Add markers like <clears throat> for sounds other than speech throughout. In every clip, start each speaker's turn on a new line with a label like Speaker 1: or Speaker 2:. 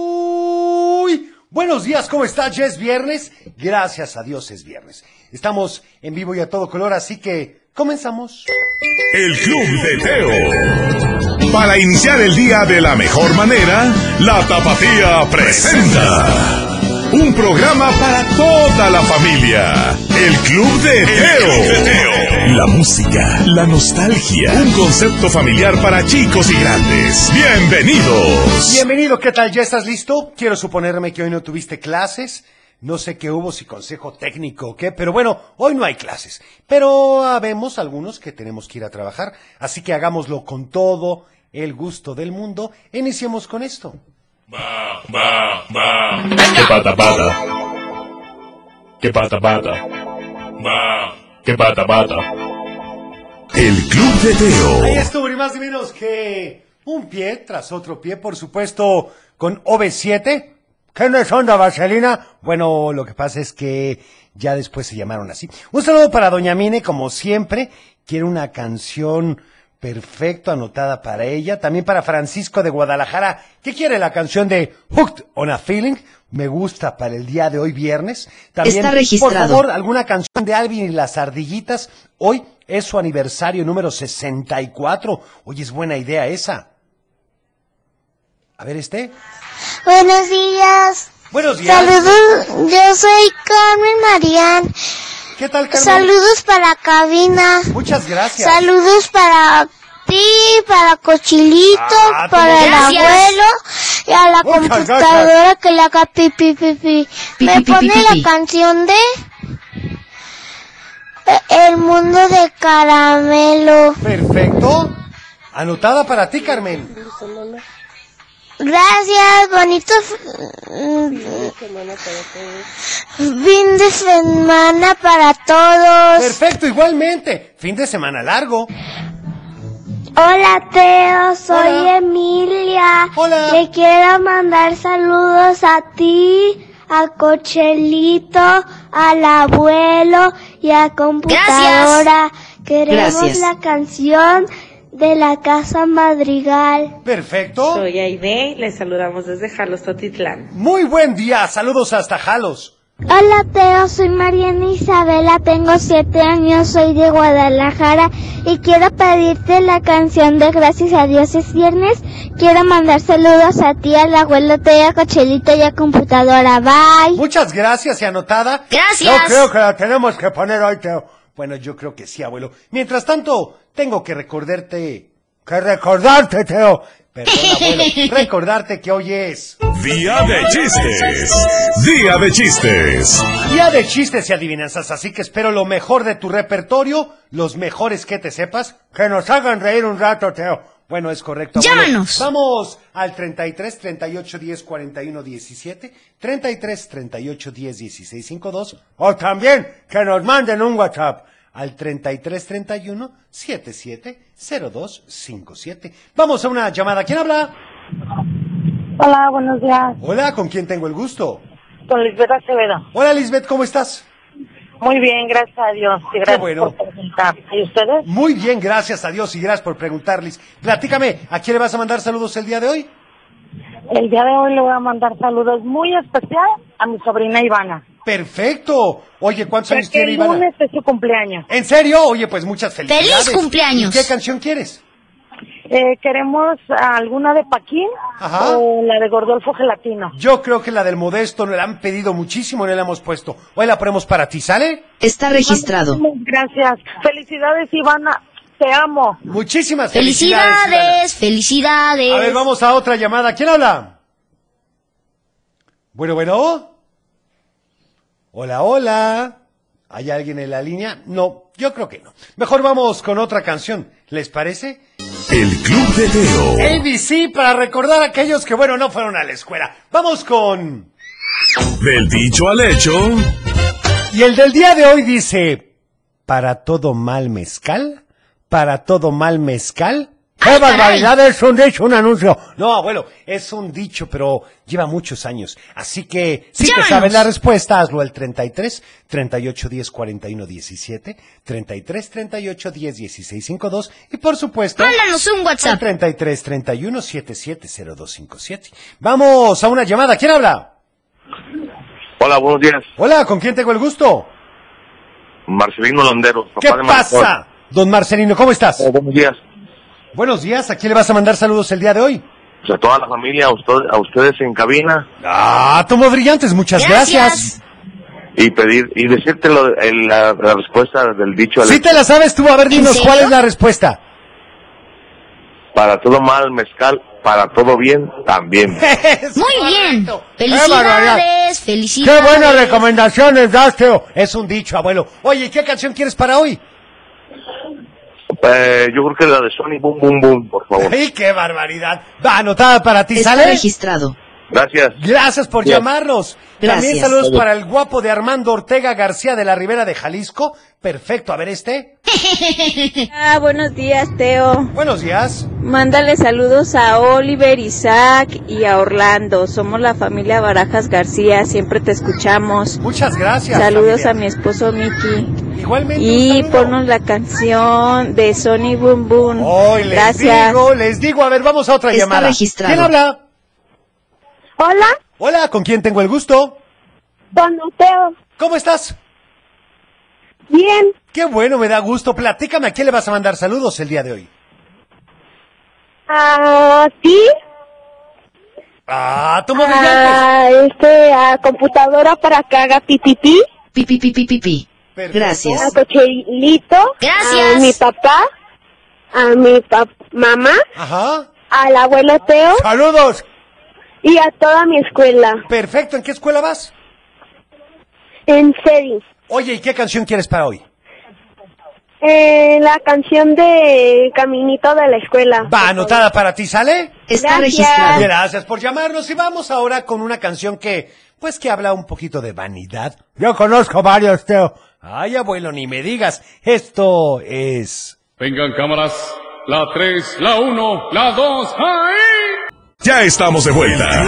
Speaker 1: Muy buenos días, ¿cómo estás? Ya es viernes. Gracias a Dios es viernes. Estamos en vivo y a todo color, así que comenzamos.
Speaker 2: El Club de Teo. Para iniciar el día de la mejor manera, la Tapatía presenta un programa para toda la familia. El Club de Teo. La música, la nostalgia, un concepto familiar para chicos y grandes. Bienvenidos.
Speaker 1: Bienvenido, ¿qué tal? ¿Ya estás listo? Quiero suponerme que hoy no tuviste clases. No sé qué hubo, si consejo técnico o qué, pero bueno, hoy no hay clases. Pero habemos algunos que tenemos que ir a trabajar, así que hagámoslo con todo el gusto del mundo. Iniciemos con esto.
Speaker 3: Va, va, va. Que pata pata. Que pata pata. Va. Que pata pata.
Speaker 2: El Club de
Speaker 1: Ahí
Speaker 2: Teo.
Speaker 1: estuvo, ni más ni menos que un pie tras otro pie, por supuesto, con OV7. ¿Qué no es onda, Vaselina? Bueno, lo que pasa es que ya después se llamaron así. Un saludo para Doña Mine, como siempre. Quiero una canción perfecta anotada para ella. También para Francisco de Guadalajara. ¿Qué quiere la canción de Hooked on a Feeling? Me gusta para el día de hoy, viernes. También,
Speaker 4: Está
Speaker 1: Por
Speaker 4: registrado.
Speaker 1: favor, alguna canción de Alvin y las ardillitas. Hoy es su aniversario número 64. Oye, es buena idea esa. A ver, este.
Speaker 5: Buenos días.
Speaker 1: Buenos días.
Speaker 5: Saludos, yo soy Carmen Marian.
Speaker 1: ¿Qué tal, Carmen?
Speaker 5: Saludos para cabina.
Speaker 1: Muchas gracias.
Speaker 5: Saludos para ti, para Cochilito,
Speaker 1: Ah, tú
Speaker 5: para el
Speaker 4: Gracias.
Speaker 5: abuelo y a la
Speaker 1: Muchas
Speaker 5: computadora que le haga pipi pipi.
Speaker 4: Pi,
Speaker 5: Me
Speaker 4: pi, pi,
Speaker 5: pone
Speaker 4: pi,
Speaker 5: la
Speaker 4: pi.
Speaker 5: canción de eh, El mundo de caramelo.
Speaker 1: Perfecto. Anotada para ti, Carmen.
Speaker 5: Gracias, bonito f- fin de semana para todos.
Speaker 1: Perfecto, igualmente. Fin de semana largo.
Speaker 5: Hola Teo, soy
Speaker 1: Hola.
Speaker 5: Emilia.
Speaker 1: Hola.
Speaker 5: Le quiero mandar saludos a ti, a Cochelito, al abuelo y a computadora. Queremos
Speaker 4: Gracias.
Speaker 5: la canción de la casa madrigal.
Speaker 1: Perfecto.
Speaker 6: Soy Aide, les saludamos desde Jalostotitlán.
Speaker 1: Muy buen día. Saludos hasta Jalos.
Speaker 5: Hola Teo, soy Mariana Isabela, tengo siete años, soy de Guadalajara y quiero pedirte la canción de Gracias a Dios es viernes. Quiero mandar saludos a ti, al abuelo Teo, a Cochelito y a computadora. Bye.
Speaker 1: Muchas gracias y anotada.
Speaker 4: Gracias.
Speaker 1: Yo creo que la tenemos que poner hoy, Teo. Bueno, yo creo que sí, abuelo. Mientras tanto, tengo que recordarte. Que recordarte, Teo. Perdón, abuelo. recordarte que hoy es
Speaker 2: Día de chistes. Día de chistes.
Speaker 1: día de chistes y adivinanzas, así que espero lo mejor de tu repertorio, los mejores que te sepas, que nos hagan reír un rato, Teo. Bueno, es correcto. abuelo.
Speaker 4: Llámanos.
Speaker 1: Vamos al 33 38 10 41 17, 33 38 10 16 52, o también que nos manden un WhatsApp al 33 31 77 02 57. Vamos a una llamada. ¿Quién habla?
Speaker 6: Hola, buenos días.
Speaker 1: Hola, ¿con quién tengo el gusto?
Speaker 6: Con Lisbeth Acevedo.
Speaker 1: Hola, Lisbeth, ¿cómo estás?
Speaker 6: Muy bien, gracias a Dios. Y gracias
Speaker 1: bueno.
Speaker 6: por presentar. ¿Y ustedes?
Speaker 1: Muy bien, gracias a Dios y gracias por preguntarles. Platícame, ¿a quién le vas a mandar saludos el día de hoy?
Speaker 6: El día de hoy le voy a mandar saludos muy especial a mi sobrina Ivana.
Speaker 1: Perfecto. Oye, ¿cuántos
Speaker 6: Ya
Speaker 1: años
Speaker 6: que
Speaker 1: tiene
Speaker 6: el
Speaker 1: Ivana?
Speaker 6: lunes es su cumpleaños.
Speaker 1: ¿En serio? Oye, pues muchas felicidades.
Speaker 4: ¡Feliz cumpleaños!
Speaker 1: ¿Y qué canción quieres?
Speaker 6: Eh, queremos alguna de Paquín
Speaker 1: Ajá.
Speaker 6: o la de Gordolfo Gelatino.
Speaker 1: Yo creo que la del Modesto nos la han pedido muchísimo, no la hemos puesto. Hoy la ponemos para ti, ¿sale?
Speaker 4: Está registrado.
Speaker 6: Muchas gracias. Felicidades, Ivana. Te amo.
Speaker 1: Muchísimas felicidades.
Speaker 4: Felicidades,
Speaker 1: Ivana. A ver,
Speaker 4: felicidades.
Speaker 1: vamos a otra llamada. ¿Quién habla? Bueno, bueno. Hola, hola. ¿Hay alguien en la línea? No, yo creo que no. Mejor vamos con otra canción. ¿Les parece?
Speaker 2: El Club de Teo.
Speaker 1: ABC para recordar a aquellos que, bueno, no fueron a la escuela. Vamos con...
Speaker 2: Del dicho al hecho.
Speaker 1: Y el del día de hoy dice, para todo mal mezcal, para todo mal mezcal, ¡Qué
Speaker 4: ¡Ay,
Speaker 1: barbaridad! Es un dicho, un anuncio. No, abuelo, es un dicho, pero lleva muchos años. Así que, si te
Speaker 4: Llámanos.
Speaker 1: sabes la respuesta, hazlo al 33 38 10 41 17, 33 38 10 16 52 y por supuesto,
Speaker 4: Háblanos un
Speaker 1: al
Speaker 4: WhatsApp.
Speaker 1: 33 31 77 02 57. Vamos a una llamada. ¿Quién habla?
Speaker 7: Hola, buenos días.
Speaker 1: Hola, ¿con quién tengo el gusto?
Speaker 7: Marcelino Landeros, papá
Speaker 1: ¿Qué
Speaker 7: de Marisol.
Speaker 1: pasa? Don Marcelino, ¿cómo estás?
Speaker 7: Oh, buenos días.
Speaker 1: Buenos días, ¿a quién le vas a mandar saludos el día de hoy?
Speaker 7: Pues a toda la familia, a, usted- a ustedes en cabina
Speaker 1: Ah, Tomo Brillantes, muchas gracias.
Speaker 7: y pedir y decirte lo- el- la, la respuesta del dicho al
Speaker 1: Si te la sabes tú, a ver, dinos
Speaker 4: serio?
Speaker 1: cuál es la respuesta.
Speaker 4: <laughs>
Speaker 7: para todo mal mezcal, para todo bien
Speaker 1: <laughs>
Speaker 7: también.
Speaker 4: Muy bien.
Speaker 1: Correcto. ¡Qué barbaridad!
Speaker 4: Felicidades, felicidades.
Speaker 1: ¡Qué buenas recomendaciones daste! Es un dicho, abuelo. Oye, ¿qué canción quieres para hoy?
Speaker 7: Eh, yo creo que la de Sony Boom Boom Boom, por favor.
Speaker 1: ¡Ay, qué barbaridad! Va anotada para ti,
Speaker 4: Está
Speaker 1: ¿sale?
Speaker 4: registrado.
Speaker 7: Gracias.
Speaker 1: Gracias por
Speaker 7: Gracias.
Speaker 1: llamarnos. También
Speaker 4: Gracias.
Speaker 1: saludos para el guapo de Armando Ortega García de la Ribera de Jalisco. Perfecto, a ver este.
Speaker 8: Ah, buenos días, Teo.
Speaker 1: Buenos días.
Speaker 8: Mándale saludos a Oliver, Isaac y a Orlando. Somos la familia Barajas García, siempre te escuchamos.
Speaker 1: Muchas gracias.
Speaker 8: Saludos
Speaker 1: familia.
Speaker 8: a mi esposo Miki.
Speaker 1: Igualmente.
Speaker 8: Y
Speaker 1: un saludo.
Speaker 8: ponnos la canción de Sony Boom Boom.
Speaker 1: Hoy les
Speaker 8: Gracias.
Speaker 1: digo, les digo, a ver, vamos a otra
Speaker 4: Está
Speaker 1: llamada.
Speaker 4: registrado.
Speaker 1: ¿Quién habla?
Speaker 5: Hola,
Speaker 1: Hola, ¿con quién tengo el gusto?
Speaker 5: don Mateo.
Speaker 1: ¿Cómo estás?
Speaker 5: Bien,
Speaker 1: Qué bueno, me da gusto. Platícame, ¿a quién le vas a mandar saludos el día de hoy?
Speaker 5: a ti,
Speaker 1: Ah, tomo brillantes.
Speaker 5: a este, a computadora para que haga pipipi,
Speaker 4: Pi, pi, pi, pi, pi, pi.
Speaker 1: Perfecto.
Speaker 5: a
Speaker 4: Gracias.
Speaker 5: cochelito,
Speaker 4: Gracias.
Speaker 5: pues, a mi papá, a mi pap- mamá,
Speaker 1: Ajá.
Speaker 5: al abuelo Teo
Speaker 1: Saludos.
Speaker 5: y a toda mi escuela.
Speaker 1: Perfecto, ¿en qué escuela vas?
Speaker 5: En serio,
Speaker 1: Oye, ¿y qué canción quieres para hoy?
Speaker 5: eh, la canción de Caminito de la Escuela.
Speaker 1: Va anotada para ti, ¿sale?
Speaker 4: Está
Speaker 5: Gracias.
Speaker 4: registrado.
Speaker 1: Gracias por llamarnos y vamos ahora con una canción que, pues que habla un poquito de vanidad. Yo conozco varios, Teo. Ay, abuelo, ni me digas. Esto es...
Speaker 9: Vengan cámaras, la 3, la 1, la 2, ¡ahí!
Speaker 2: Ya estamos de vuelta.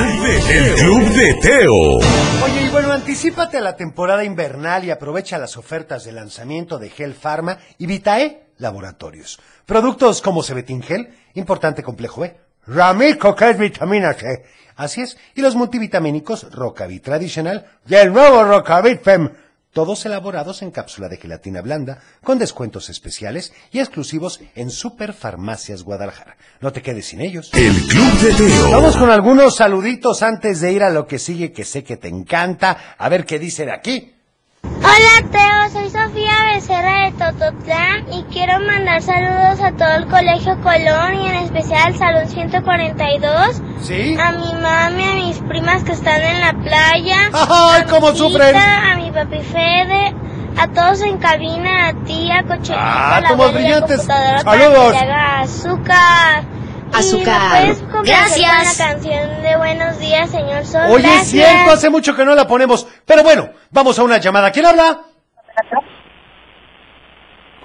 Speaker 2: El Club de Teo.
Speaker 1: Oye, y bueno, anticípate a la temporada invernal y aprovecha las ofertas de lanzamiento de Gel Pharma y Vitae Laboratorios. Productos como Cebetin Gel, importante complejo E, Ramico, que es vitamina C. Así es, y los multivitamínicos Rocavit Tradicional y el nuevo Rocavit Fem. Todos elaborados en cápsula de gelatina blanda, con descuentos especiales y exclusivos en Superfarmacias Guadalajara. No te quedes sin ellos.
Speaker 2: El Club de Teo.
Speaker 1: Vamos con algunos saluditos antes de ir a lo que sigue, que sé que te encanta. A ver qué dice de aquí.
Speaker 5: Hola Teo, soy Sofía Becerra de Tototlán y quiero mandar saludos a todo el Colegio Colón y en especial al Salón 142,
Speaker 1: ¿Sí?
Speaker 5: a mi mami, a mis primas que están en la playa,
Speaker 1: ¡Ay, cómo sufren!
Speaker 5: a mi papi Fede, a todos en cabina, a ti, a Coche,
Speaker 1: Ah,
Speaker 5: a la
Speaker 1: como
Speaker 5: abuela y a la
Speaker 1: brillantes.
Speaker 5: computadora para
Speaker 1: Saludos.
Speaker 5: que le haga azúcar. Y
Speaker 4: Azúcar.
Speaker 5: me puedes complacer
Speaker 4: Gracias.
Speaker 5: con la canción de Buenos Días, señor Sol.
Speaker 1: Oye, es
Speaker 5: Gracias.
Speaker 1: cierto, hace mucho que no la ponemos. Pero bueno, vamos a una llamada. ¿Quién habla?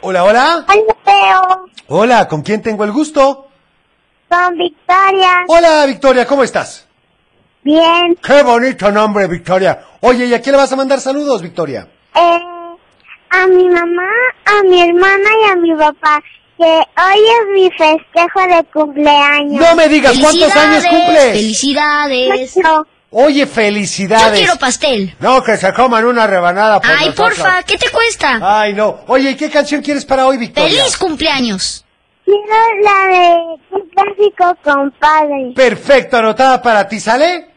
Speaker 1: Hola, hola.
Speaker 5: Hola, Teo.
Speaker 1: Hola, ¿con quién tengo el gusto?
Speaker 5: Son Victoria.
Speaker 1: Hola, Victoria, ¿cómo estás?
Speaker 5: Bien.
Speaker 1: ¡Qué bonito nombre, Victoria! Oye, ¿y a quién le vas a mandar saludos, Victoria?
Speaker 5: Eh, a mi mamá, a mi hermana y a mi papá, que hoy es mi festejo de cumpleaños.
Speaker 1: No me digas cuántos años cumples.
Speaker 4: Felicidades.
Speaker 5: Ocho.
Speaker 1: Oye,
Speaker 4: Yo
Speaker 1: felicidades.
Speaker 4: quiero pastel.
Speaker 1: No, que se coman una rebanada por
Speaker 4: Ay,
Speaker 1: nosotros.
Speaker 4: porfa, ¿qué te cuesta?
Speaker 1: Ay, no. Oye, ¿y qué canción quieres para hoy, Victoria?
Speaker 4: ¡Feliz cumpleaños!
Speaker 5: Quiero la de un clásico compadre.
Speaker 1: Perfecto, anotada para ti, ¿sale?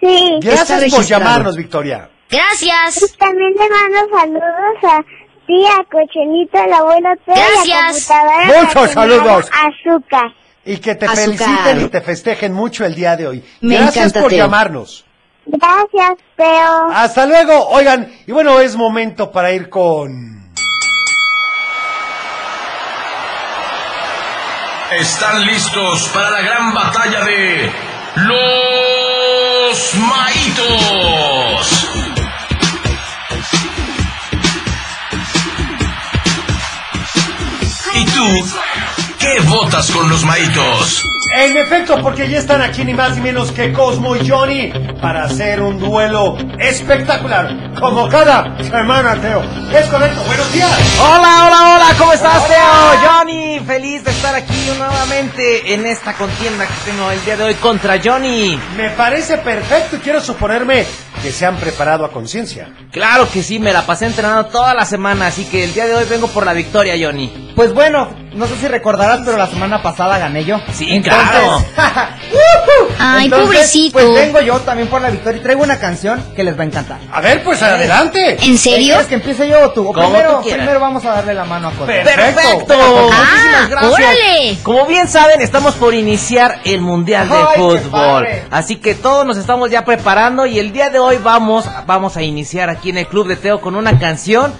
Speaker 5: Sí.
Speaker 1: Gracias por
Speaker 4: registrado.
Speaker 1: llamarnos, Victoria.
Speaker 4: Gracias.
Speaker 5: Y También le mando saludos a tía Cochelito, el abuelo Teo y a
Speaker 4: Gracias.
Speaker 5: computadora.
Speaker 1: Muchos
Speaker 5: para que me haga
Speaker 1: saludos.
Speaker 5: Azúcar.
Speaker 1: Y que te
Speaker 4: Azúcar.
Speaker 1: feliciten y te festejen mucho el día de hoy.
Speaker 4: Me
Speaker 1: Gracias
Speaker 4: encanta,
Speaker 1: por
Speaker 4: Teo.
Speaker 1: llamarnos.
Speaker 5: Gracias, Teo.
Speaker 1: Hasta luego. Oigan, y bueno, es momento para ir con...
Speaker 10: Están listos para la gran batalla de los maitos. ¿Y tú qué botas con los maitos.
Speaker 1: En efecto, porque ya están aquí ni más ni menos que Cosmo y Johnny para hacer un duelo espectacular, como cada semana, Teo. Es correcto, buenos días.
Speaker 11: Hola, hola, hola, ¿cómo estás, Teo? Johnny, feliz de estar aquí nuevamente en esta contienda que tengo el día de hoy contra Johnny.
Speaker 1: Me parece perfecto y quiero suponerme que se han preparado a conciencia.
Speaker 11: Claro que sí, me la pasé entrenando toda la semana, así que el día de hoy vengo por la victoria, Johnny.
Speaker 12: Pues bueno, no sé si recordarás, pero la semana pasada gané yo.
Speaker 11: Sí, claro.
Speaker 12: ¡Ujú!
Speaker 4: Ay,
Speaker 12: Entonces,
Speaker 4: pobrecito.
Speaker 12: Pues vengo yo también por la victoria y traigo una canción que les va a encantar.
Speaker 1: A ver, pues adelante.
Speaker 4: ¿En serio?
Speaker 12: ¿Quieres que empiece yo o tú? O
Speaker 11: Como
Speaker 12: primero,
Speaker 11: tú quieras.
Speaker 12: primero vamos a darle la mano a Cosmo.
Speaker 11: Perfecto.
Speaker 4: Ah,
Speaker 11: Muchísimas gracias.
Speaker 4: órale.
Speaker 11: Como bien saben, estamos por iniciar el Mundial de
Speaker 12: Ay, qué
Speaker 11: Fútbol.
Speaker 12: padre.
Speaker 11: Así que todos nos estamos ya preparando y el día de hoy vamos, vamos a iniciar aquí en el Club de Teo con una canción.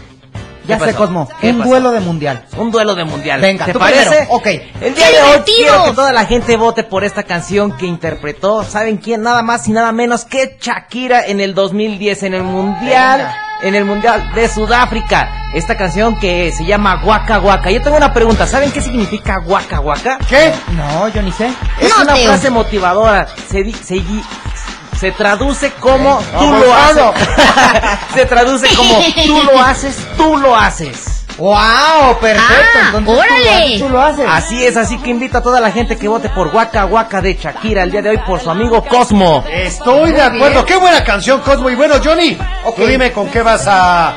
Speaker 12: Ya sé,
Speaker 11: ¿Qué pasó?
Speaker 12: Cosmo,
Speaker 11: ¿Qué
Speaker 12: un
Speaker 11: pasó?
Speaker 12: duelo de mundial.
Speaker 11: Un duelo de mundial.
Speaker 12: Venga,
Speaker 11: ¿te
Speaker 12: tú
Speaker 11: parece?
Speaker 12: primero. Ok.
Speaker 11: El día
Speaker 4: ¡Qué
Speaker 11: de hoy
Speaker 4: divertido!
Speaker 11: quiero que toda la gente vote por esta canción que interpretó, ¿saben quién? Nada más y nada menos que Shakira en el 2010 en el mundial,
Speaker 12: Venga.
Speaker 11: en el mundial de Sudáfrica. Esta canción que se llama Waka Waka. Yo tengo una pregunta, ¿saben qué significa Waka Waka?
Speaker 1: ¿Qué?
Speaker 12: No, yo ni sé.
Speaker 11: Es
Speaker 4: No,
Speaker 11: una
Speaker 4: Teo.
Speaker 11: frase motivadora. Se, di- se, gui- se traduce como tú
Speaker 1: vamos,
Speaker 11: lo haces.
Speaker 12: <laughs>
Speaker 11: se traduce como tú lo haces, tú lo haces.
Speaker 12: ¡Wow! Perfecto.
Speaker 4: Ah,
Speaker 12: Entonces, tú
Speaker 4: órale.
Speaker 12: lo haces, Tú lo haces.
Speaker 11: Así es, así que invito a toda la gente que vote por Waka Waka de Shakira el día de hoy por su amigo Cosmo.
Speaker 1: Estoy de acuerdo. Qué buena canción, Cosmo. Y bueno, Johnny,
Speaker 12: Ok.
Speaker 1: tú dime con qué vas a...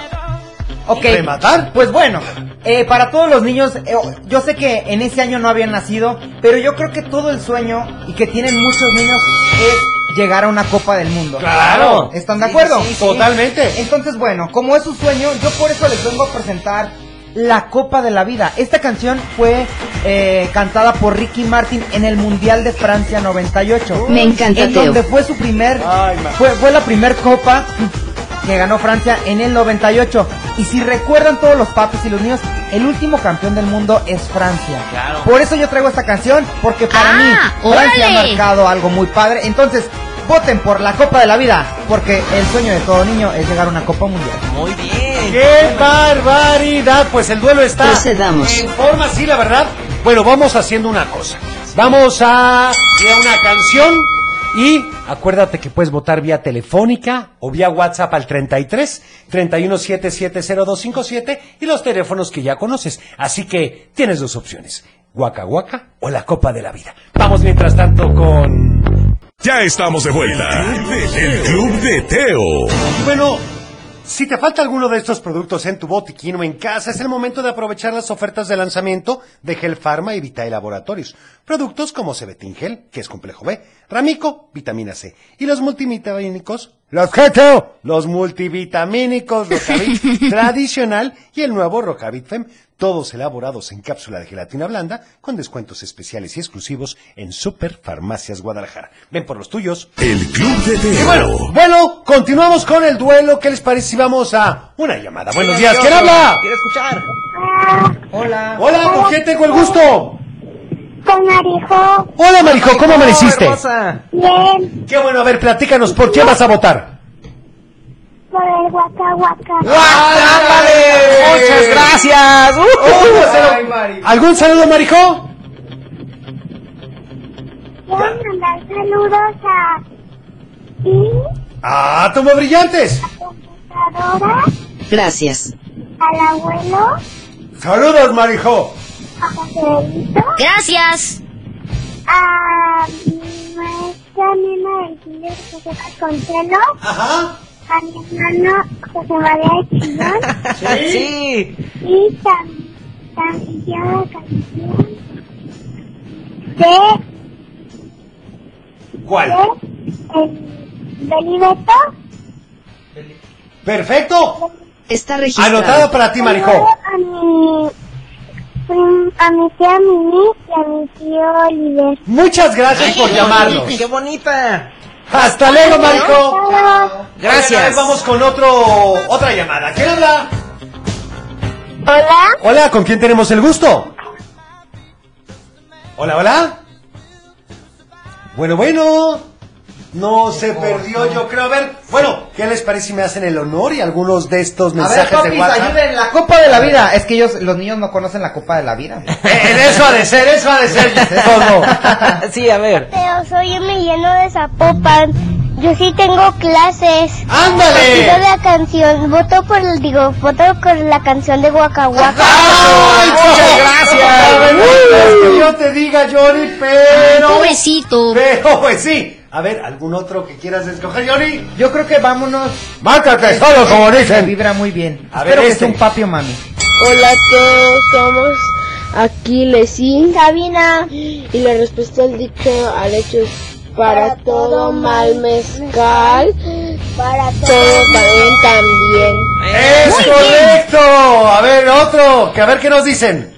Speaker 12: Ok.
Speaker 1: ¿Rematar?
Speaker 12: Pues bueno, eh, para todos los niños, eh, yo sé que en ese año no habían nacido, pero yo creo que todo el sueño y que tienen muchos niños es llegar a una Copa del Mundo.
Speaker 1: Claro.
Speaker 12: ¿Están de
Speaker 11: Sí,
Speaker 12: acuerdo?
Speaker 11: sí, sí.
Speaker 1: Totalmente.
Speaker 12: Entonces, bueno, como es su sueño, yo por eso les vengo a presentar La Copa de la Vida. Esta canción fue eh, cantada por Ricky Martin en el Mundial de Francia 98.
Speaker 4: Me encanta,
Speaker 12: En
Speaker 4: Teo.
Speaker 12: donde fue su primer,
Speaker 1: Ay, ma-
Speaker 12: fue, fue la primer copa que ganó Francia en el 98. Y si recuerdan todos los papis y los niños, el último campeón del mundo es Francia.
Speaker 11: Claro.
Speaker 12: Por eso yo traigo esta canción, porque para
Speaker 4: Ah,
Speaker 12: mí Francia ha
Speaker 4: órale.
Speaker 12: marcado algo muy padre. Entonces, voten por la Copa de la Vida, porque el sueño de todo niño es llegar a una Copa Mundial.
Speaker 11: Muy bien.
Speaker 1: ¡Qué barbaridad! Pues el duelo está
Speaker 4: Procedamos.
Speaker 1: en forma, sí, la verdad. Bueno, vamos haciendo una cosa. Vamos a ir a una canción y acuérdate que puedes votar vía telefónica o vía WhatsApp al 33 31770257 y los teléfonos que ya conoces. Así que tienes dos opciones, Guaca Guaca o la Copa de la Vida. Vamos mientras tanto con...
Speaker 2: Ya estamos de vuelta. El Club de Teo.
Speaker 1: Y Bueno, si te falta alguno de estos productos en tu botiquín o en casa, es el momento de aprovechar las ofertas de lanzamiento de Gel Pharma y Vitae Laboratorios. Productos como Cebetin Gel, que es complejo B, Ramico, vitamina C, y los multivitamínicos, los Keto, los multivitamínicos Rocavit tradicional y el nuevo Rocavit Fem, todos elaborados en cápsula de gelatina blanda con descuentos especiales y exclusivos en Superfarmacias Guadalajara. Ven por los tuyos.
Speaker 2: El Club de
Speaker 1: Y
Speaker 2: Teo.
Speaker 1: bueno, bueno, continuamos con el duelo. ¿Qué les parece si vamos a una llamada? Buenos días, ¿quién habla?
Speaker 11: ¿Quieres escuchar?
Speaker 12: Hola.
Speaker 1: Hola, ¿con quién tengo el gusto?
Speaker 5: Con Marijo,
Speaker 1: Hola, Marijo, ¿cómo amaneciste?
Speaker 11: hermosa.
Speaker 12: Pues
Speaker 5: bien,
Speaker 1: Qué bueno, a ver, platícanos, ¿por quién vas a votar?
Speaker 5: por el guaca guaca.
Speaker 11: ¡Ándale! ¡Muchas gracias! ¡Uh!
Speaker 12: Ay, Mari.
Speaker 1: ¿Algún saludo, Marijo?
Speaker 5: Quiero mandar saludos a ti,
Speaker 1: Ah, toma brillantes.
Speaker 5: computadora,
Speaker 4: Gracias.
Speaker 5: al abuelo,
Speaker 1: Saludos, Marijo.
Speaker 5: a Joselito,
Speaker 4: Gracias.
Speaker 5: a mi maestra nena del kinder José Concelos,
Speaker 1: Ajá.
Speaker 5: a mi hermano José María de Chillón
Speaker 11: Sí.
Speaker 5: y tam- también a la canción de,
Speaker 1: ¿Cuál?
Speaker 5: de el Belibeto.
Speaker 1: Perfecto.
Speaker 4: Está registrado.
Speaker 1: Anotada para ti, Marijo.
Speaker 5: A mi, prim- a mi tía Mimi y a mi tío Oliver.
Speaker 1: Muchas gracias por llamarnos.
Speaker 11: ¡Qué bonita!
Speaker 1: Hasta luego, Marijo.
Speaker 11: Gracias.
Speaker 1: Oigan, a ver, vamos con otro otra llamada. ¿Quién habla?
Speaker 5: Hola,
Speaker 1: Hola, ¿con quién tenemos el gusto? Hola, hola. Bueno, bueno. No se perdió, yo creo. A ver, bueno, ¿qué les parece si me hacen el honor y algunos de estos mensajes
Speaker 12: a ver, papis,
Speaker 1: de WhatsApp?
Speaker 12: ayuden, la Copa de la Vida. Es que ellos, los niños no conocen la Copa de la Vida.
Speaker 1: Eh, <laughs> en eso ha de ser, eso ha de <laughs> ser. Todo.
Speaker 12: <laughs> sí, a ver.
Speaker 5: Pero soy Emiliano de Zapopan. Yo sí tengo clases.
Speaker 1: ¡Ándale!
Speaker 5: Pido la canción, voto por el, digo, voto por la canción de Waka Waka.
Speaker 1: ¡Ay,
Speaker 5: muchas
Speaker 1: gracias! que yo te diga, Johnny, pero...
Speaker 4: Pobrecito.
Speaker 1: Pero, pues sí. A ver, ¿algún otro que quieras escoger, Johnny?
Speaker 12: Yo creo que vámonos.
Speaker 1: ¡Márcate
Speaker 12: solo,
Speaker 1: como dicen.
Speaker 12: Vibra muy bien.
Speaker 1: A ver,
Speaker 12: Espero que
Speaker 1: este.
Speaker 12: sea un papio mami.
Speaker 13: Hola a todos, somos Aquiles y Sabina. Y la respuesta al dicho al hecho es para todo mal mezcal, para todo bien también.
Speaker 1: ¡Es
Speaker 13: Muy bien.
Speaker 1: correcto! A ver, otro, que a ver qué nos dicen.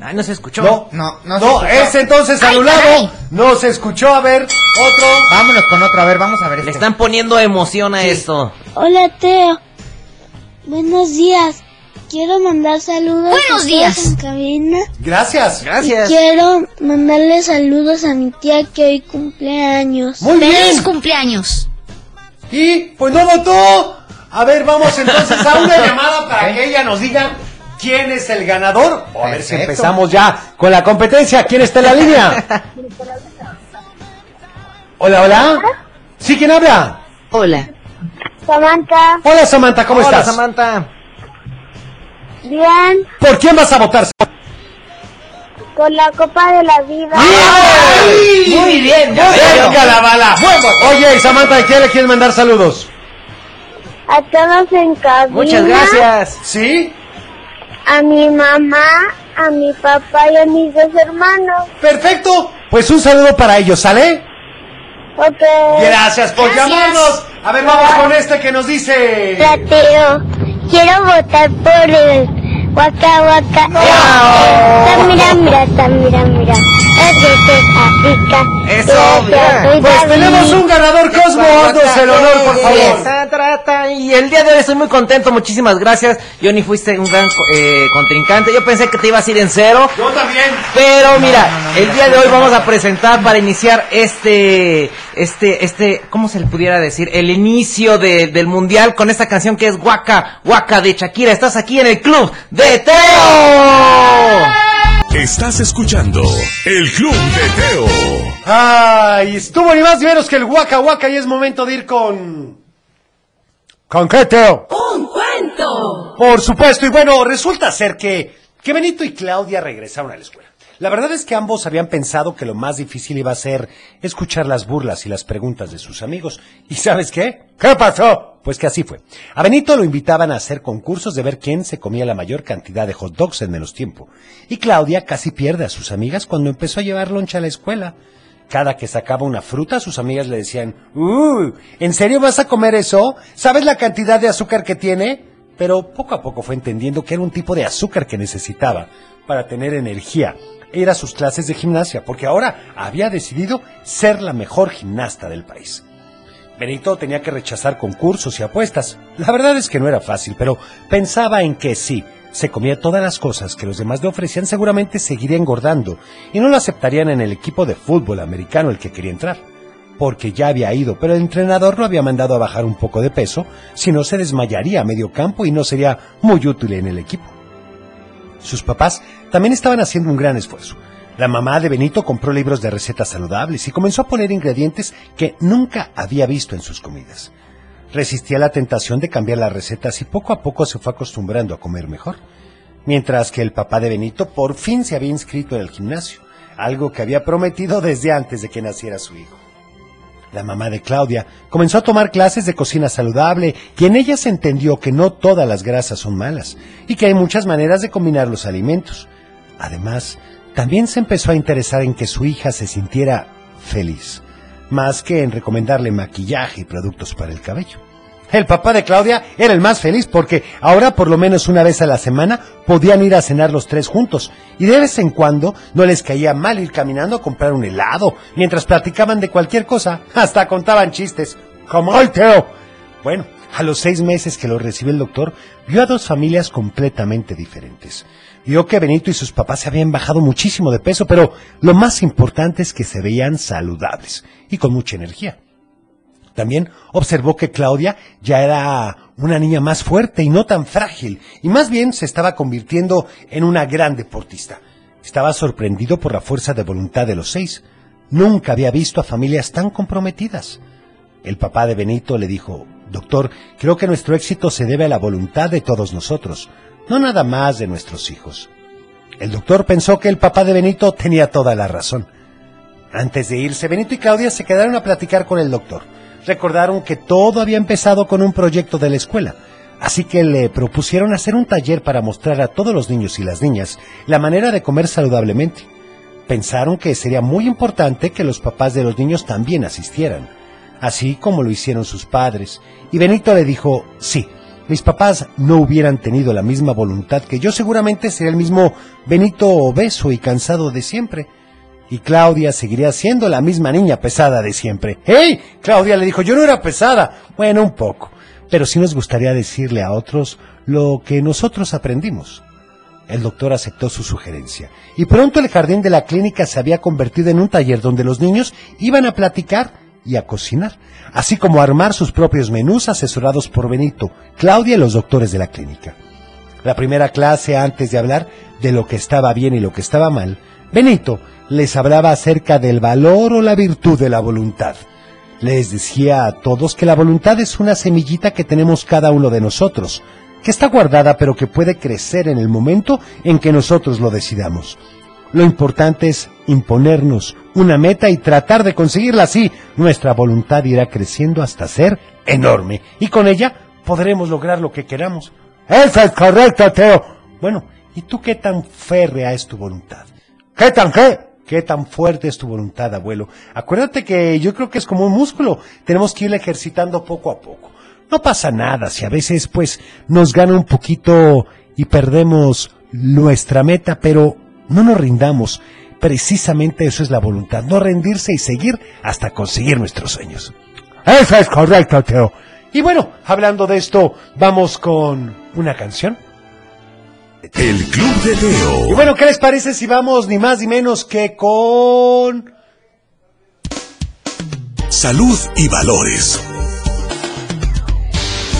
Speaker 12: Ay, no se escuchó.
Speaker 1: No,
Speaker 12: no, no,
Speaker 1: No,
Speaker 12: se escuchó.
Speaker 1: es entonces anulado. No se escuchó, a ver, otro.
Speaker 12: Vámonos con otro, a ver, vamos a ver. Le están poniendo emoción a esto.
Speaker 14: Hola Teo, buenos días. Quiero mandar saludos
Speaker 4: Buenos
Speaker 14: a todos
Speaker 4: días.
Speaker 14: en cabina.
Speaker 1: Gracias.
Speaker 14: Y quiero mandarle saludos a mi tía que hoy cumpleaños.
Speaker 1: Muy
Speaker 4: ¡Feliz
Speaker 1: bien.
Speaker 4: cumpleaños!
Speaker 1: Y, pues no votó. A ver, vamos entonces a
Speaker 12: <laughs>
Speaker 1: una llamada para que ella nos diga quién es el ganador. O a ver si
Speaker 12: Perfecto.
Speaker 1: empezamos ya con la competencia. ¿Quién está en la línea? Hola, hola. ¿Sí, quién habla?
Speaker 4: Hola.
Speaker 5: Samantha,
Speaker 1: Hola, Samantha, ¿cómo
Speaker 12: Hola,
Speaker 1: estás?
Speaker 12: Samantha.
Speaker 5: bien,
Speaker 1: ¿Por quién vas a votar?
Speaker 5: con la Copa de la Vida.
Speaker 12: Muy bien, muy bien.
Speaker 1: ¡Venga la bala! Oye, Samantha, ¿quién le quieres mandar saludos?
Speaker 5: A todos en cabina.
Speaker 12: Muchas gracias.
Speaker 1: ¿Sí?
Speaker 5: A mi mamá, a mi papá y a mis dos hermanos.
Speaker 1: ¡Perfecto! Pues un saludo para ellos, ¿sale?
Speaker 5: Ok.
Speaker 1: Gracias por
Speaker 5: Gracias.
Speaker 1: llamarnos. A ver, vamos con este que nos dice.
Speaker 5: Plateo, quiero votar por el Waka Waka. Ta, mira, mira, ta, mira, mira. Es de África.
Speaker 12: Eso,
Speaker 5: Yo
Speaker 12: mira.
Speaker 5: soy
Speaker 1: Pues
Speaker 5: David.
Speaker 1: tenemos un ganador, Cosmo. Haznos el honor, por favor.
Speaker 12: Esa trata. Y el día de hoy estoy muy contento, muchísimas gracias. Johnny, fuiste un gran eh, contrincante. Yo pensé que te ibas a ir en cero.
Speaker 1: Yo también.
Speaker 12: Pero mira, el día de hoy vamos a presentar para iniciar este, este, este, ¿cómo se le pudiera decir? El inicio de- del mundial con esta canción que es Waka, Waka de Shakira. Estás aquí en el club de Teo.
Speaker 2: Estás escuchando el Club de Teo.
Speaker 1: Ay, estuvo ni más ni menos que el Waka Waka y es momento de ir con. ¿Con qué, Teo?
Speaker 15: ¡Un cuento!
Speaker 1: Por supuesto, y bueno, resulta ser que, que Benito y Claudia regresaron a la escuela. La verdad es que ambos habían pensado que lo más difícil iba a ser escuchar las burlas y las preguntas de sus amigos. ¿Y sabes qué? ¿Qué pasó? Pues que así fue. A Benito lo invitaban a hacer concursos de ver quién se comía la mayor cantidad de hot dogs en menos tiempo. Y Claudia casi pierde a sus amigas cuando empezó a llevar loncha a la escuela. Cada que sacaba una fruta, sus amigas le decían, ¡Uh! ¿En serio vas a comer eso? ¿Sabes la cantidad de azúcar que tiene? Pero poco a poco fue entendiendo que era un tipo de azúcar que necesitaba para tener energía. Era sus clases de gimnasia, porque ahora había decidido ser la mejor gimnasta del país. Benito tenía que rechazar concursos y apuestas. La verdad es que no era fácil, pero pensaba en que sí. Se comía todas las cosas que los demás le ofrecían, seguramente seguiría engordando y no lo aceptarían en el equipo de fútbol americano el que quería entrar. Porque ya había ido, pero el entrenador lo había mandado a bajar un poco de peso, si no se desmayaría a medio campo y no sería muy útil en el equipo. Sus papás también estaban haciendo un gran esfuerzo. La mamá de Benito compró libros de recetas saludables y comenzó a poner ingredientes que nunca había visto en sus comidas. Resistía la tentación de cambiar las recetas y poco a poco se fue acostumbrando a comer mejor. Mientras que el papá de Benito por fin se había inscrito en el gimnasio, algo que había prometido desde antes de que naciera su hijo. La mamá de Claudia comenzó a tomar clases de cocina saludable y en ellas entendió que no todas las grasas son malas y que hay muchas maneras de combinar los alimentos. Además, también se empezó a interesar en que su hija se sintiera feliz, más que en recomendarle maquillaje y productos para el cabello. El papá de Claudia era el más feliz porque ahora por lo menos una vez a la semana podían ir a cenar los tres juntos y de vez en cuando no les caía mal ir caminando a comprar un helado <laughs> mientras platicaban de cualquier cosa, hasta contaban chistes, como el Teo. Bueno, A los seis meses que lo recibió el doctor, vio a dos familias completamente diferentes. Vio que Benito y sus papás se habían bajado muchísimo de peso, pero lo más importante es que se veían saludables y con mucha energía. También observó que Claudia ya era una niña más fuerte y no tan frágil, y más bien se estaba convirtiendo en una gran deportista. Estaba sorprendido por la fuerza de voluntad de los seis. Nunca había visto a familias tan comprometidas. El papá de Benito le dijo, Doctor, creo que nuestro éxito se debe a la voluntad de todos nosotros, no nada más de nuestros hijos. El doctor pensó que el papá de Benito tenía toda la razón. Antes de irse, Benito y Claudia se quedaron a platicar con el doctor recordaron que todo había empezado con un proyecto de la escuela, así que le propusieron hacer un taller para mostrar a todos los niños y las niñas la manera de comer saludablemente. Pensaron que sería muy importante que los papás de los niños también asistieran, así como lo hicieron sus padres, y Benito le dijo, sí, mis papás no hubieran tenido la misma voluntad que yo, seguramente sería el mismo Benito obeso y cansado de siempre y Claudia seguiría siendo la misma niña pesada de siempre. ¡Hey! Claudia le dijo, yo no era pesada. Bueno, un poco. Pero sí nos gustaría decirle a otros lo que nosotros aprendimos. El doctor aceptó su sugerencia, y pronto el jardín de la clínica se había convertido en un taller donde los niños iban a platicar y a cocinar, así como a armar sus propios menús asesorados por Benito, Claudia y los doctores de la clínica. La primera clase, antes de hablar de lo que estaba bien y lo que estaba mal, Benito les hablaba acerca del valor o la virtud de la voluntad. Les decía a todos que la voluntad es una semillita que tenemos cada uno de nosotros, que está guardada pero que puede crecer en el momento en que nosotros lo decidamos. Lo importante es imponernos una meta y tratar de conseguirla así. Nuestra voluntad irá creciendo hasta ser enorme y con ella podremos lograr lo que queramos. Eso es correcto, Teo. Bueno, ¿y tú qué tan férrea es tu voluntad? ¿Qué tan qué? ¿Qué tan fuerte es tu voluntad, abuelo? Acuérdate que yo creo que es como un músculo. Tenemos que ir ejercitando poco a poco. No pasa nada si a veces, pues, nos gana un poquito y perdemos nuestra meta, pero no nos rindamos. Precisamente eso es la voluntad, no rendirse y seguir hasta conseguir nuestros sueños. Eso es correcto, Teo. Y bueno, hablando de esto, vamos con una canción.
Speaker 2: El Club de Teo.
Speaker 1: Y bueno, ¿qué les parece si vamos ni más ni menos que con...
Speaker 2: Salud y valores.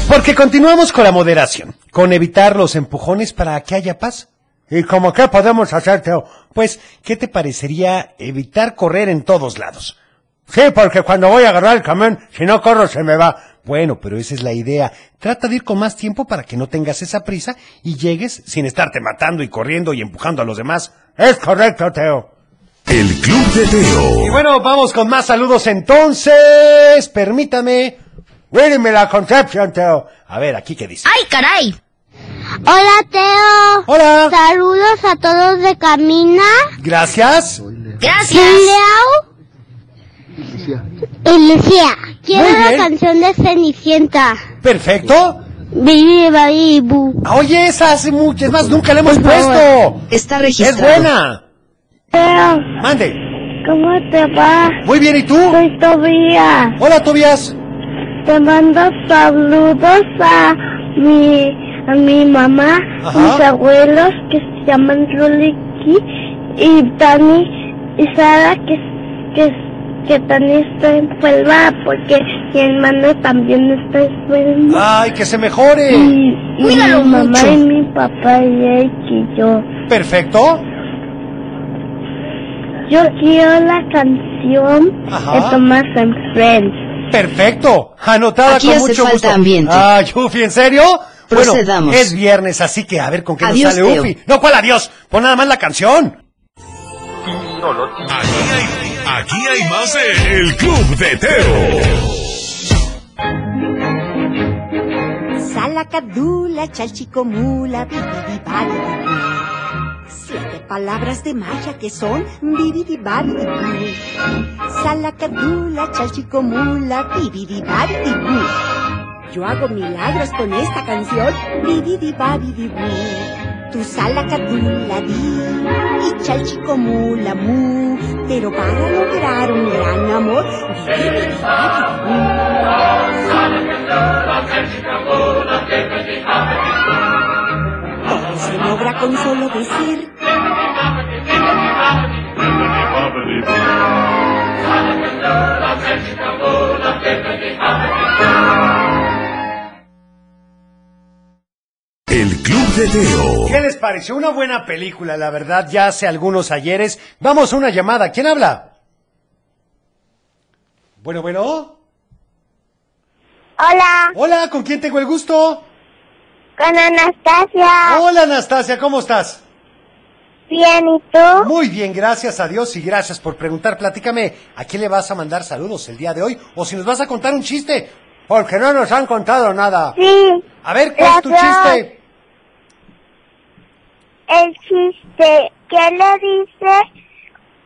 Speaker 1: Porque continuamos con la moderación, con evitar los empujones para que haya paz. ¿Y como qué podemos hacer, Teo? Pues, ¿qué te parecería evitar correr en todos lados? Sí, porque cuando voy a agarrar el camión, si no corro se me va. Bueno, pero esa es la idea. Trata de ir con más tiempo para que no tengas esa prisa y llegues sin estarte matando y corriendo y empujando a los demás. Es correcto, Teo.
Speaker 2: El Club de Teo.
Speaker 1: Y bueno, vamos con más saludos entonces. Permítame. Huéreme la Concepción, Teo. A ver, aquí qué dice.
Speaker 4: ¡Ay, caray!
Speaker 5: Hola, Teo.
Speaker 1: Hola.
Speaker 5: Saludos a todos de Camina.
Speaker 1: Gracias.
Speaker 4: Gracias.
Speaker 5: Leo. Y Lucía, quiero
Speaker 1: Muy
Speaker 5: la
Speaker 1: bien.
Speaker 5: canción de Cenicienta.
Speaker 1: Perfecto. Ah,
Speaker 5: Baby, baby, boo.
Speaker 1: Oye, esa hace mucho. Es más, nunca la hemos puesto.
Speaker 4: Está
Speaker 1: Es
Speaker 4: registrado.
Speaker 1: buena.
Speaker 5: Teo,
Speaker 1: Mande.
Speaker 5: ¿cómo te va?
Speaker 1: Muy bien, ¿y tú?
Speaker 5: Soy Tobías.
Speaker 1: Hola, Tobias.
Speaker 5: Te mando saludos a mi, a mi mamá,
Speaker 1: Ajá.
Speaker 5: mis abuelos que se llaman Ruliki y Dani y Sara que, que, que también está en Puebla porque mi hermano también está en Puebla.
Speaker 1: Ay, que se mejore.
Speaker 5: Y, y mi
Speaker 4: Cuídalo
Speaker 5: mamá
Speaker 4: mucho.
Speaker 5: y mi papá y él y yo.
Speaker 1: Perfecto.
Speaker 5: Yo quiero la canción
Speaker 1: Ajá.
Speaker 5: de Thomas and Friends.
Speaker 1: Perfecto, anotada
Speaker 4: Aquí
Speaker 1: con
Speaker 4: hace
Speaker 1: mucho
Speaker 4: falta
Speaker 1: gusto.
Speaker 4: ambiente.
Speaker 1: Ah, Yufi, ¿en serio?
Speaker 4: Procedamos.
Speaker 1: Bueno, es viernes, así que a ver con qué
Speaker 4: Adiós,
Speaker 1: nos sale
Speaker 4: Teo.
Speaker 1: Ufi. No, ¿cuál adiós? Pon nada más la canción.
Speaker 2: Aquí hay, aquí hay más de El Club de Teo.
Speaker 15: Salacadula, chalchicomula, bibidibabidibú. Siete palabras de magia que son bibidibabidibú. Salacadula, chalchicomula, bibidibabidibú. Yo hago milagros con esta canción, bibidibabidibú. Tu salacadula di y chalchicomula mu. Pero para lograr un gran amor, bibidibabidibú. Pero se logra con solo decir.
Speaker 2: El Club de Teo.
Speaker 1: ¿Qué les pareció? Una buena película, la verdad, ya hace algunos ayeres. Vamos a una llamada. ¿Quién habla? Bueno, bueno.
Speaker 5: Hola,
Speaker 1: Hola, ¿con quién tengo el gusto?
Speaker 5: con Anastasia.
Speaker 1: Hola, Anastasia, ¿cómo estás?
Speaker 5: Bien, ¿y tú?
Speaker 1: Muy bien, gracias a Dios y gracias por preguntar. Platícame, ¿a quién le vas a mandar saludos el día de hoy? O si nos vas a contar un chiste, porque no nos han contado nada.
Speaker 5: Sí,
Speaker 1: A ver, ¿cuál es tu
Speaker 5: Gracias.
Speaker 1: chiste?
Speaker 5: el chiste. ¿Qué le dice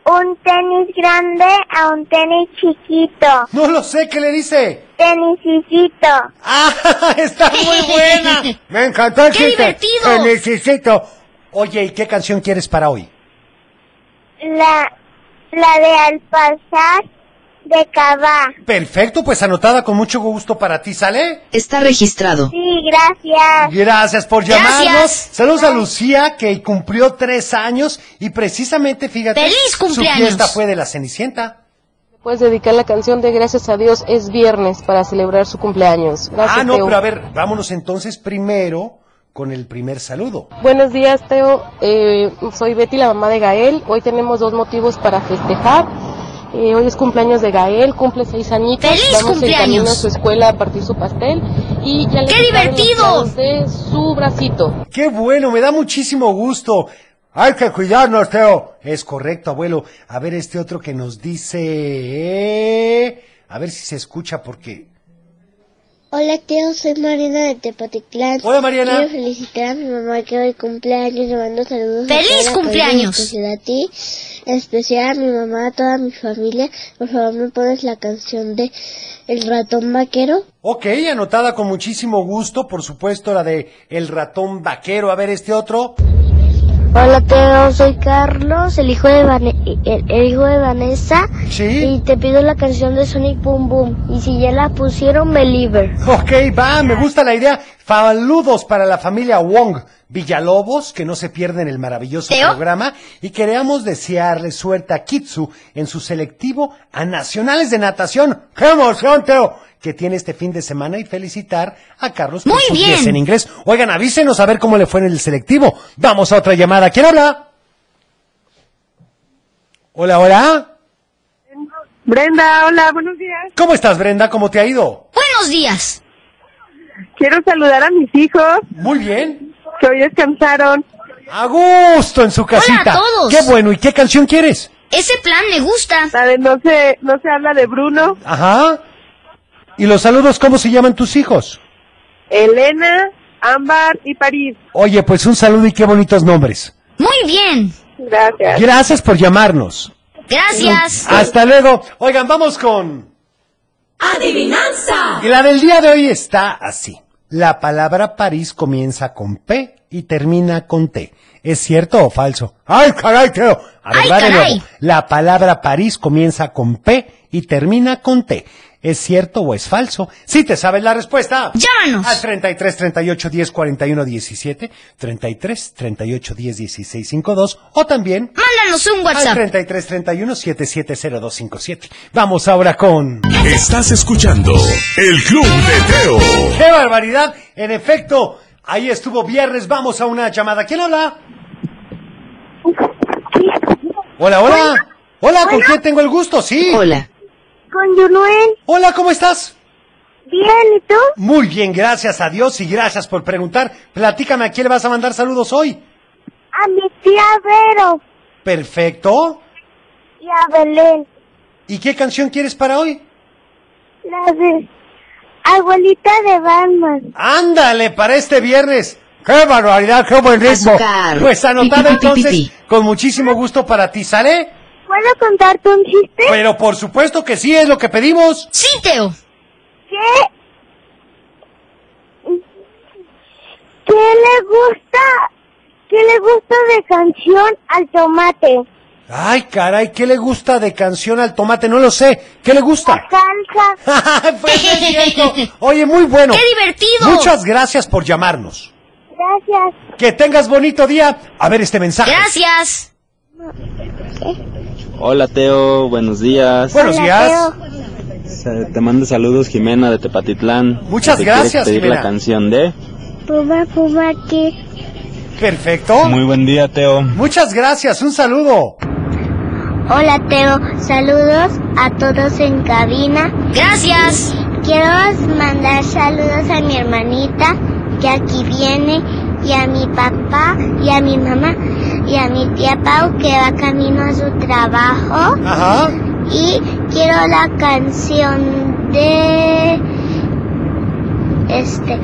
Speaker 5: un tenis grande a un tenis chiquito?
Speaker 1: No lo sé, ¿qué le dice?
Speaker 5: Tenisicito.
Speaker 1: <laughs> ¡Ah! ¡Está
Speaker 16: <laughs>
Speaker 1: muy buena! ¡Me encantó el
Speaker 5: ¡Qué
Speaker 1: chiste!
Speaker 5: divertido!
Speaker 1: ¡El necesito! Oye, ¿y qué canción quieres para hoy?
Speaker 5: La, la de al pasar de Cabá.
Speaker 1: Perfecto, pues anotada con mucho gusto para ti, ¿sale?
Speaker 4: Está registrado.
Speaker 5: Sí, gracias.
Speaker 1: Gracias por
Speaker 4: Gracias.
Speaker 1: llamarnos. Saludos a Lucía, que cumplió tres años y precisamente, fíjate,
Speaker 16: ¡Feliz cumpleaños!
Speaker 1: su fiesta fue de la Cenicienta.
Speaker 16: Puedes dedicar la canción de Gracias a Dios es viernes para celebrar su cumpleaños. Gracias,
Speaker 1: ah, no,
Speaker 16: Teo.
Speaker 1: pero a ver, vámonos entonces primero con el primer saludo.
Speaker 16: Buenos días, Teo. Eh, soy Betty, la mamá de Gael. Hoy tenemos dos motivos para festejar. Eh, hoy es cumpleaños de Gael, cumple seis añitos.
Speaker 17: ¡Feliz
Speaker 16: Vamos en
Speaker 17: cumpleaños!
Speaker 16: camino a su escuela a partir su pastel. Y ya le
Speaker 17: ¡Qué
Speaker 16: invitaron los
Speaker 17: divertido!
Speaker 16: chavos De su bracito.
Speaker 1: ¡Qué bueno! Me da muchísimo gusto. Hay que cuidarnos, Teo. Es correcto, abuelo. A ver este otro que nos dice... A ver si se escucha porque...
Speaker 14: Hola, tío, soy Mariana de Tepatitlán.
Speaker 1: Hola, Mariana.
Speaker 14: Quiero felicitar a mi mamá que hoy cumpleaños. Le mando saludos.
Speaker 17: ¡Feliz
Speaker 14: toda la
Speaker 17: cumpleaños!
Speaker 14: familia, En especial a ti, en especial a mi mamá, a toda mi familia. Por favor, me pones la canción de El ratón vaquero.
Speaker 1: Ok, anotada con muchísimo gusto, por supuesto, la de El ratón vaquero. A ver este otro.
Speaker 13: Hola, Teo, soy Carlos, el hijo de, Vane- el, el hijo de Vanessa. Y te pido la canción de Sonic Boom Boom. Y si ya la pusieron, Believer.
Speaker 1: Ok, va, me gusta la idea. Saludos para la familia Wong Villalobos, que no se pierden el maravilloso programa. Y queremos desearle suerte a Kitsu en su selectivo a Nacionales de Natación. ¡Qué emoción, Teo! Que tiene este fin de semana y felicitar a Carlos por
Speaker 17: Muy
Speaker 1: su
Speaker 17: bien.
Speaker 1: 10 en inglés. Oigan, avísenos a ver cómo le fue en el selectivo. Vamos a otra llamada. ¿Quién habla? Hola, hola.
Speaker 18: Brenda, hola, buenos días.
Speaker 1: ¿Cómo estás, Brenda? ¿Cómo te ha ido?
Speaker 18: Buenos días. Quiero saludar a mis hijos.
Speaker 1: Muy bien.
Speaker 18: Que hoy descansaron.
Speaker 1: A gusto en su casita.
Speaker 18: todos.
Speaker 1: Qué bueno. ¿Y qué canción quieres?
Speaker 18: Ese plan me gusta. no se, no se habla de Bruno,
Speaker 1: Ajá. ¿Y los saludos cómo se llaman tus hijos?
Speaker 18: Elena, Ámbar y París.
Speaker 1: Oye, pues un saludo y qué bonitos nombres.
Speaker 18: Muy bien. Gracias.
Speaker 1: Gracias por llamarnos.
Speaker 18: Gracias.
Speaker 1: Hasta luego. Oigan, vamos con...
Speaker 17: ¡Adivinanza!
Speaker 1: Y la del día de hoy está así. La palabra París comienza con P y termina con T. ¿Es cierto o falso? ¡Ay, caray, Teo! A ver,
Speaker 17: ¡Ay,
Speaker 1: va de
Speaker 17: caray!
Speaker 1: nuevo. La palabra París comienza con P y termina con T. ¿Es cierto o es falso? Si te sabes la respuesta, llámanos al 33 38 10 41 17, 33 38 10 16 52 o también
Speaker 17: Mándanos un
Speaker 1: al
Speaker 17: WhatsApp.
Speaker 1: 33 31 77 0257. Vamos ahora con
Speaker 2: Estás escuchando El Club de Teo.
Speaker 1: ¡Qué barbaridad! En efecto, ahí estuvo viernes. Vamos a una llamada. ¿Quién habla? Hola, hola. Hola, ¿con quién tengo el gusto? Sí. Hola.
Speaker 5: Con Yunuel.
Speaker 1: Hola, ¿cómo estás?
Speaker 5: Bien, ¿y tú?
Speaker 1: Muy bien, gracias a Dios y gracias por preguntar. Platícame a quién le vas a mandar saludos hoy.
Speaker 5: A mi tía Vero
Speaker 1: Perfecto.
Speaker 5: y a Belén.
Speaker 1: ¿Y qué canción quieres para hoy?
Speaker 5: La de abuelita de Batman.
Speaker 1: Ándale, para este viernes. ¡Qué barbaridad! ¡Qué buen ritmo!
Speaker 5: Azúcar.
Speaker 1: Pues anotado
Speaker 5: Pi, pi, pi, pi,
Speaker 1: entonces,
Speaker 5: pi.
Speaker 1: con muchísimo gusto para ti, ¿sale?
Speaker 5: ¿Puedo contarte un chiste?
Speaker 1: Pero por supuesto que sí, es lo que pedimos.
Speaker 5: Sí, Teo. ¿Qué? ¿Qué le gusta? ¿Qué le gusta de canción al tomate?
Speaker 1: Ay, caray, ¿qué le gusta de canción al tomate? No lo sé. ¿Qué le gusta? <laughs> Salsa. pues
Speaker 4: <laughs>
Speaker 1: es cierto. Oye, muy bueno.
Speaker 4: ¡Qué divertido!
Speaker 1: Muchas gracias por llamarnos.
Speaker 4: Gracias.
Speaker 1: Que tengas bonito día. A ver este mensaje.
Speaker 4: Gracias.
Speaker 17: Hola Teo, buenos días.
Speaker 1: Buenos Hola, días.
Speaker 17: Se- Te mando saludos Jimena de Tepatitlán.
Speaker 1: Muchas
Speaker 17: Te quiere
Speaker 1: gracias,
Speaker 17: pedir
Speaker 1: Jimena.
Speaker 17: la canción de.
Speaker 1: Puma, puma, Perfecto.
Speaker 17: Muy buen día Teo.
Speaker 1: Muchas gracias. Un saludo.
Speaker 5: Hola Teo, saludos a todos en cabina.
Speaker 4: Gracias.
Speaker 5: Quiero mandar saludos a mi hermanita que aquí viene y a mi papá y a mi mamá y a mi tía Pau que va camino a su trabajo.
Speaker 1: Ajá.
Speaker 5: Y quiero la canción de este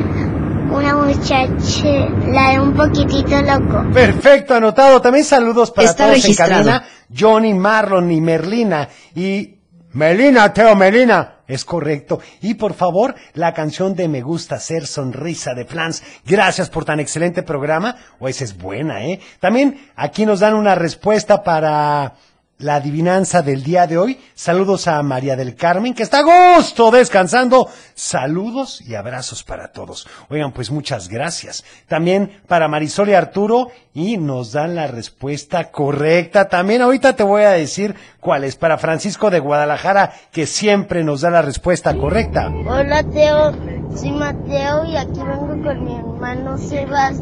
Speaker 5: una muchacha, la de un poquitito loco.
Speaker 1: Perfecto, anotado. También saludos para
Speaker 5: Está
Speaker 1: todos
Speaker 5: registrado.
Speaker 1: en cabina. Johnny, Marlon y Merlina. Y Melina, Teo, Melina. Es correcto. Y por favor, la canción de Me gusta ser sonrisa de Flans. Gracias por tan excelente programa. O esa es buena, ¿eh? También aquí nos dan una respuesta para la adivinanza del día de hoy. Saludos a María del Carmen, que está a gusto descansando. Saludos y abrazos para todos. Oigan, pues muchas gracias. También para Marisol y Arturo, y nos dan la respuesta correcta. También ahorita te voy a decir cuál es. Para Francisco de Guadalajara, que siempre nos da la respuesta correcta.
Speaker 5: Hola Teo, soy Mateo y aquí vengo con mi hermano Sebas.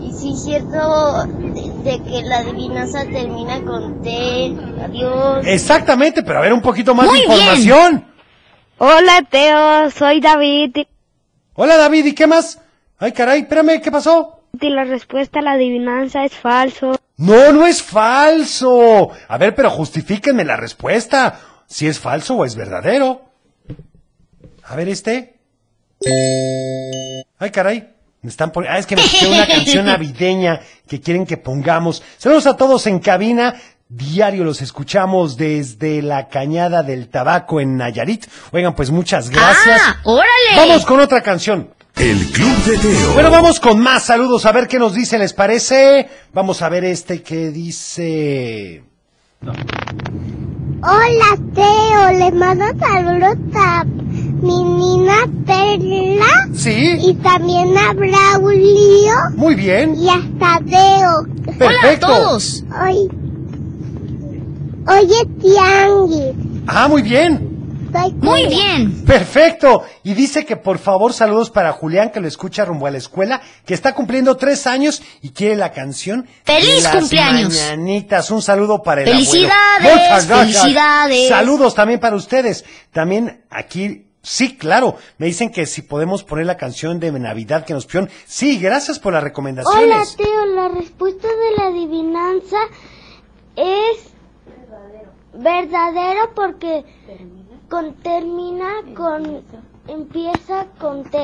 Speaker 5: Y sí es cierto de, de que la adivinanza termina con T. Adiós.
Speaker 1: Exactamente, pero a ver un poquito más
Speaker 5: Muy
Speaker 1: de
Speaker 5: bien.
Speaker 1: información.
Speaker 19: Hola, Teo, soy David.
Speaker 1: Hola David, ¿y qué más? Ay, caray, espérame, ¿qué pasó?
Speaker 19: Y la respuesta a la adivinanza es falso.
Speaker 1: No, no es falso. A ver, pero justifíquenme la respuesta. Si es falso o es verdadero. A ver este. Ay, caray. Me están poniendo... Ah, es que me pusieron una canción navideña que quieren que pongamos. Saludos a todos en cabina. Diario los escuchamos desde la cañada del tabaco en Nayarit. Oigan, pues muchas gracias.
Speaker 4: Ah, ¡Órale!
Speaker 1: Vamos con otra canción.
Speaker 2: El Club de Teo.
Speaker 1: Bueno, vamos con más saludos, a ver qué nos dice, ¿les parece? Vamos a ver este que dice...
Speaker 4: Hola, Teo. Le mando saludos a mi nina Perla.
Speaker 1: Sí.
Speaker 4: Y también a Braulio.
Speaker 1: Muy bien.
Speaker 4: Y hasta Teo.
Speaker 1: Perfecto. Hola a todos.
Speaker 4: Hoy... Oye, Tianguis.
Speaker 1: Ah, muy bien.
Speaker 4: Muy bien.
Speaker 1: <clears throat> Perfecto. Y dice que por favor saludos para Julián, que lo escucha rumbo a la escuela, que está cumpliendo tres años y quiere la canción.
Speaker 4: ¡Feliz
Speaker 1: Las
Speaker 4: cumpleaños!
Speaker 1: Mañanitas. Un saludo para el abuelo.
Speaker 4: ¡Felicidades!
Speaker 1: Muchas gracias.
Speaker 4: ¡Felicidades!
Speaker 1: Saludos también para ustedes. También aquí... Sí, claro. Me dicen que si podemos poner la canción de Navidad que nos pion. Sí, gracias por las recomendaciones.
Speaker 5: Hola Teo, la respuesta de la adivinanza es verdadero porque con, termina con empieza con T.